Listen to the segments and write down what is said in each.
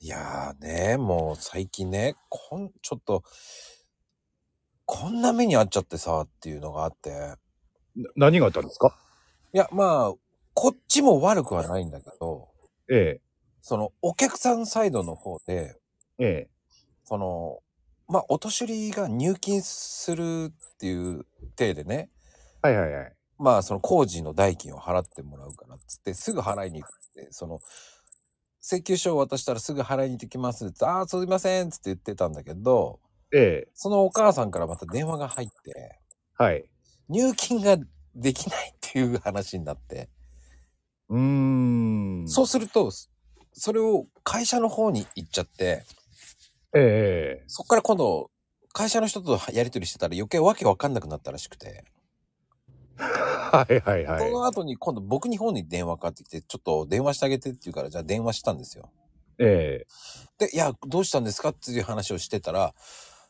いやーね、もう最近ね、こん、ちょっと、こんな目に遭っちゃってさ、っていうのがあって。な何があったんですかいや、まあ、こっちも悪くはないんだけど、えその、お客さんサイドの方で、え、えその、まあ、お年寄りが入金するっていう体でね、え。はいはいはい。まあ、その工事の代金を払ってもらうからっつって、すぐ払いに行くって、その、請求書を渡したらすぐ払いに行ってきますって、ああ、すいませんっつって言ってたんだけど、ええ、そのお母さんからまた電話が入って、はい。入金ができないっていう話になって、うーん。そうすると、それを会社の方に行っちゃって、ええ。そこから今度、会社の人とやり取りしてたら余計わけわかんなくなったらしくて、はいはいはそい。の後に今度僕の方に電話かかってきて、ちょっと電話してあげてって言うから、じゃあ電話したんですよ。えで、いや、どうしたんですかっていう話をしてたら、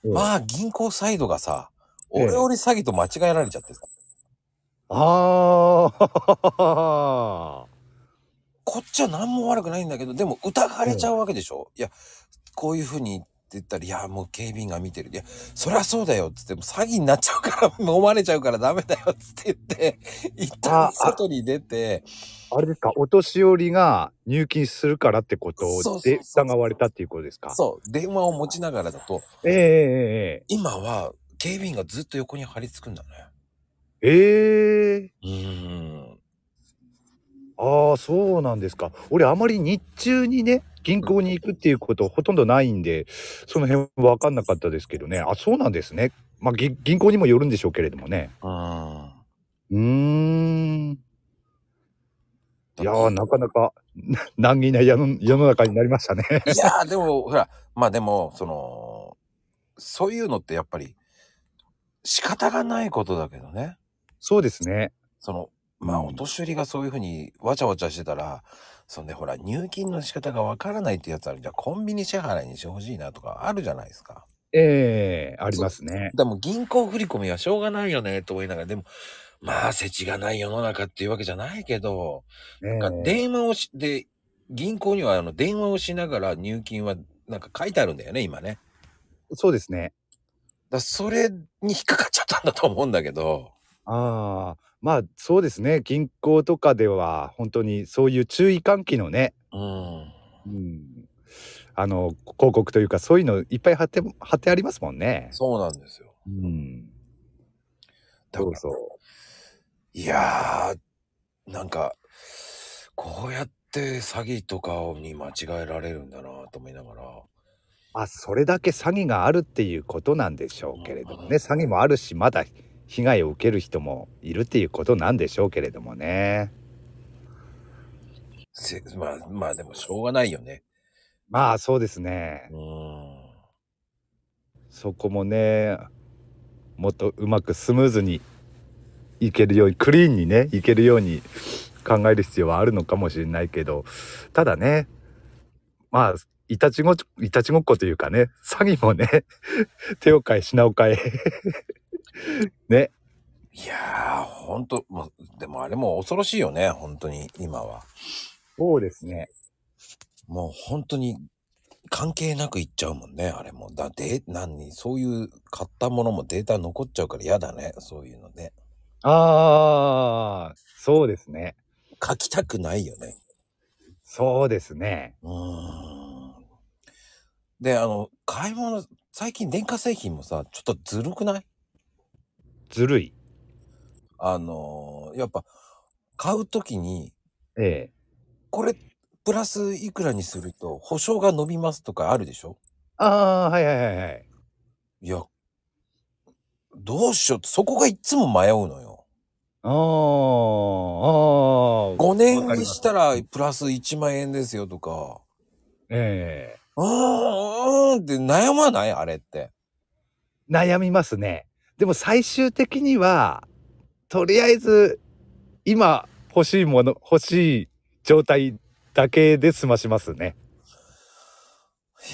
え。あまあ銀行サイドがさ、ええオレオレ詐欺と間違えられちゃってさ、あ こっちは何も悪くないんだけど、でも疑われちゃうわけでしょ、いや、こういうふうに言ってたら、いや、もう警備員が見てる。いや、そりゃそうだよっつって、もう詐欺になっちゃうから、 揉まれちゃうからダメだよっつって言って、一旦あ外に出て、あれですか、お年寄りが入金するからってことそうそうそうで疑われたっていうことですかそう、電話を持ちながらだと、ええ今は警備員がずっと横に張り付くんだね。ええええ。ええ。うーん。ああ、そうなんですか。俺、あまり日中にね、銀行に行くっていうことほとんどないんで、その辺分かんなかったですけどね。あ、そうなんですね。まあ、ぎ銀行にもよるんでしょうけれどもね。うーん。うーん。いやー、なかなか、 な難儀な世の世の中になりましたね。 いやーでも、ほら、まあでも、その、そういうのってやっぱり仕方がないことだけどね。そうですね。そのまあうんお年寄りがそういうふうにわちゃわちゃしてたらそんでほら入金の仕方がわからないってやつあるじゃあコンビニ支払いにしてほしいなとかあるじゃないですか。ええありますね。でも銀行振り込みはしょうがないよねと思いながらでもまあ世知がない世の中っていうわけじゃないけど、なんかええ電話をしで銀行にはあの電話をしながら入金はなんか書いてあるんだよね今ね。そうですね。だからそれに引っかかっちゃったんだと思うんだけど。ああ、まあ、そうですね。銀行とかでは、本当にそういう注意喚起のね、うんうんあの広告というかそういうのいっぱい貼って貼ってありますもんね。そうなんですよ。うん、だからそういやー、なんか、こうやって詐欺とかに間違えられるんだなと思いながら。あそれだけ詐欺があるっていうことなんでしょうけれどもね詐欺もあるしまだ被害を受ける人もいるっていうことなんでしょうけれどもねせまあ、まあでもしょうがないよね。まあそうですねうーん。そこもねもっとうまくスムーズにいけるようにクリーンにねいけるように考える必要はあるのかもしれないけどただねまあいたちごいたちごっこというかね詐欺もね 手を変え品を変えねいやー、ほんと、もうでもあれも恐ろしいよね、本当に、今は。そうですねもう本当に、関係なくいっちゃうもんね、あれも。だって、何、そういう買ったものもデータ残っちゃうから嫌だね、そういうのね。ああそうですね書きたくないよね。そうですねうーんで、あの、買い物、最近電化製品もさ、ちょっとずるくないずるいあのーやっぱ、買うときに、ええこれ、プラスいくらにすると、保証が伸びますとかあるでしょああはいはいはいはいいや、どうしようって、そこがいつも迷うのよ。あーあー5わ年かりにますしたら、プラス1万円ですよとか、ええうーん、うーんって悩まないあれって。悩みますねでも最終的にはとりあえず今欲しいもの欲しい状態だけで済ましますね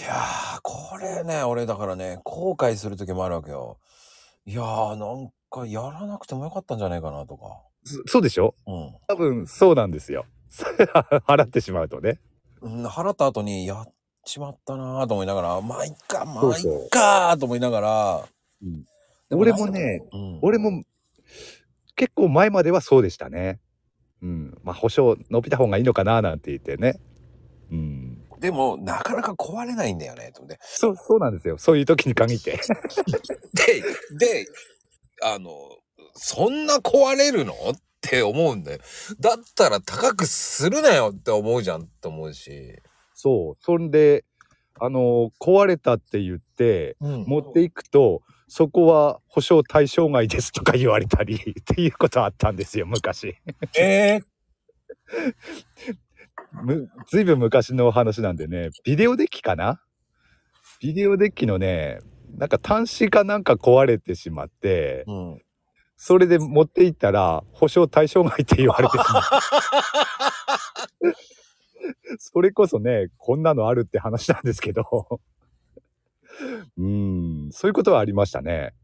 いやー、これね、俺だからね、後悔する時もあるわけよ。いやー、なんかやらなくてもよかったんじゃないかなとか。そそうでしょう多分そうなんですよ 払ってしまうとねん。うん払った後に、いや、ちまったなぁと思いながら、まあいっか、まそうあいそうっかーと思いながら、で俺もね、うん、俺も結構前まではそうでしたね。うん。まあ保証伸びた方がいいのかななんて言ってね。うん。でも、なかなか壊れないんだよね、と思って。そう、そうなんですよ。そういう時に限って。 で、で、あの、そんな壊れるのって思うんだよ。だったら高くするなよって思うじゃんって思うし。そう。そんで、あの壊れたって言って、うん持っていくと、そこは保証対象外ですとか言われたり っていうことあったんですよ、昔。えむずいぶん昔のお話なんでね、ビデオデッキかなビデオデッキのね、なんか端子かなんか壊れてしまってー、うん。それで持っていったら、保証対象外って言われてしまう。それこそね、こんなのあるって話なんですけど。うん、そういうことはありましたね。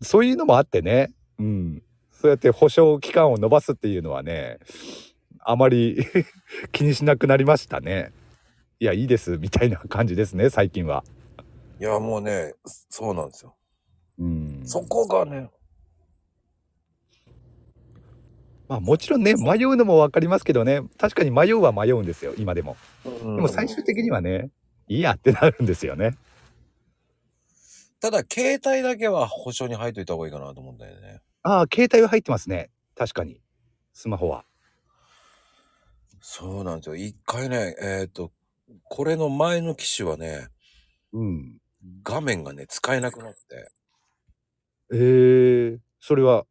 そういうのもあってね、うん。そうやって保証期間を延ばすっていうのはね、あまり 気にしなくなりましたね。いや、いいです、みたいな感じですね、最近は。いや、もうね、そうなんですよ。うん。そこがね、まあもちろんね、迷うのもわかりますけどね、確かに迷うは迷うんですよ、今でも。うんでも最終的にはね、いいやってなるんですよね。ただ、携帯だけは保証に入っといた方がいいかなと思うんだよね。ああ、携帯は入ってますね。確かに。スマホは。そうなんですよ。一回ね、えっ、と、これの前の機種はね、うん。画面がね、使えなくなって。ええそれは、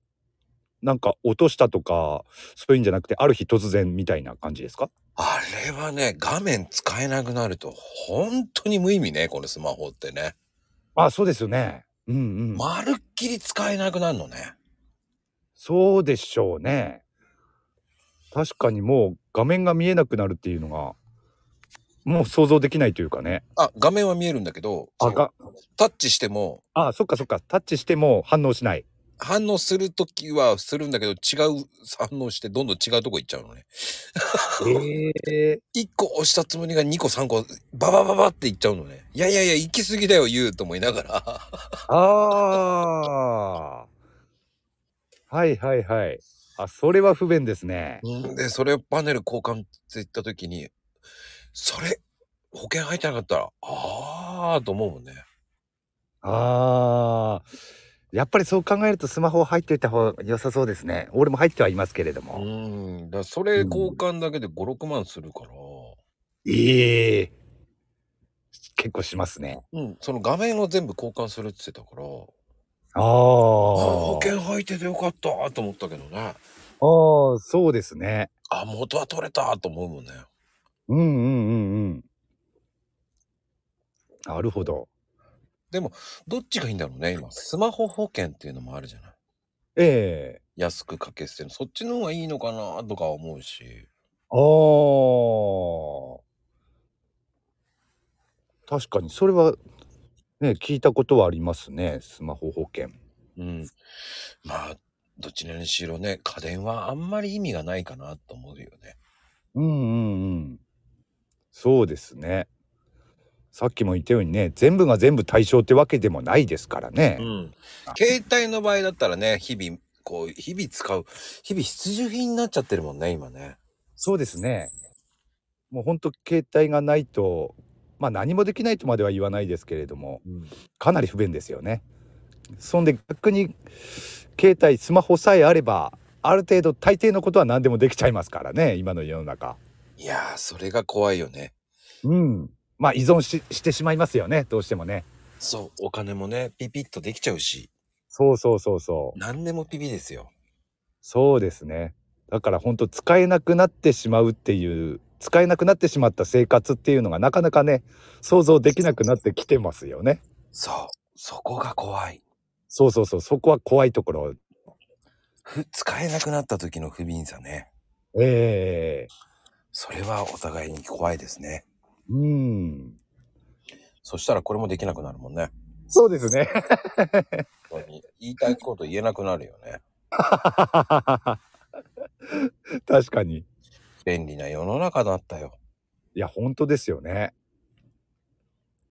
なんか落としたとか、そういうんじゃなくて、ある日突然みたいな感じですかあれはね、画面使えなくなると、本当に無意味ね、このスマホってね。ああ、そうですよね。うんうん。まるっきり使えなくなるのね。そうでしょうね。確かにもう画面が見えなくなるっていうのが、もう想像できないというかね。あ、画面は見えるんだけど、あ、がタッチしても、あ、そっかそっか。タッチしても反応しない。反応するときはするんだけど、違う反応して、どんどん違うとこ行っちゃうのね。ええ1個押したつもりが2個3個、ババババって行っちゃうのね。いやいやいや、行き過ぎだよ、言うと思いながら。ああ。はいはいはい。あ、それは不便ですね。で、それをパネル交換って言った時に、それ、保険入ってなかったら、あーと思うもんね。ああ。やっぱりそう考えるとスマホ入っておいた方が良さそうですね。俺も入ってはいますけれども。うん。だからそれ交換だけで5、6万するから、ええ結構しますね。うん。その画面を全部交換するって言ってたから、ああ。あ保あ険入っててよかったと思ったけどね。あ、そうですね。あ、元は取れたと思うもんね。うんうんうんうん。なるほど。どっちがいいんだろうね、今。スマホ保険っていうのもあるじゃない。ええ安くかけ捨てる。そっちの方がいいのかなとか思うし。ああ。確かに、それは、ね、聞いたことはありますね。スマホ保険。うん。まあ、どちらにしろね、家電はあんまり意味がないかなと思うよね。うんうんうん。そうですね。さっきも言ったようにね、全部が全部対象ってわけでもないですからね。ん。携帯の場合だったらね、日々、こう、日々使う、日々必需品になっちゃってるもんね、今ね。そうですね。もうほんと携帯がないと、まあ何もできないとまでは言わないですけれども、かなり不便ですよね。そんで逆に携帯スマホさえあればある程度大抵のことは何でもできちゃいますからね今の世の中。いやー、それが怖いよね。うん。まあ依存ししてしまいますよねどうしてもね。そう、お金もね、ピピッとできちゃうし、そうそうそうそう。何でもピピですよ。そうですね。だから本当使えなくなってしまうっていう使えなくなってしまった生活っていうのがなかなかね想像できなくなってきてますよね。そう、そこが怖い。そうそうそうそこは怖いところ。ふ使えなくなった時の不憫さね。ええそれはお互いに怖いですね。うん。そしたらこれもできなくなるもんね。そうですね。本当に言いたいこと言えなくなるよね。確かに。 便利な世の中だったよ。いや、本当ですよね。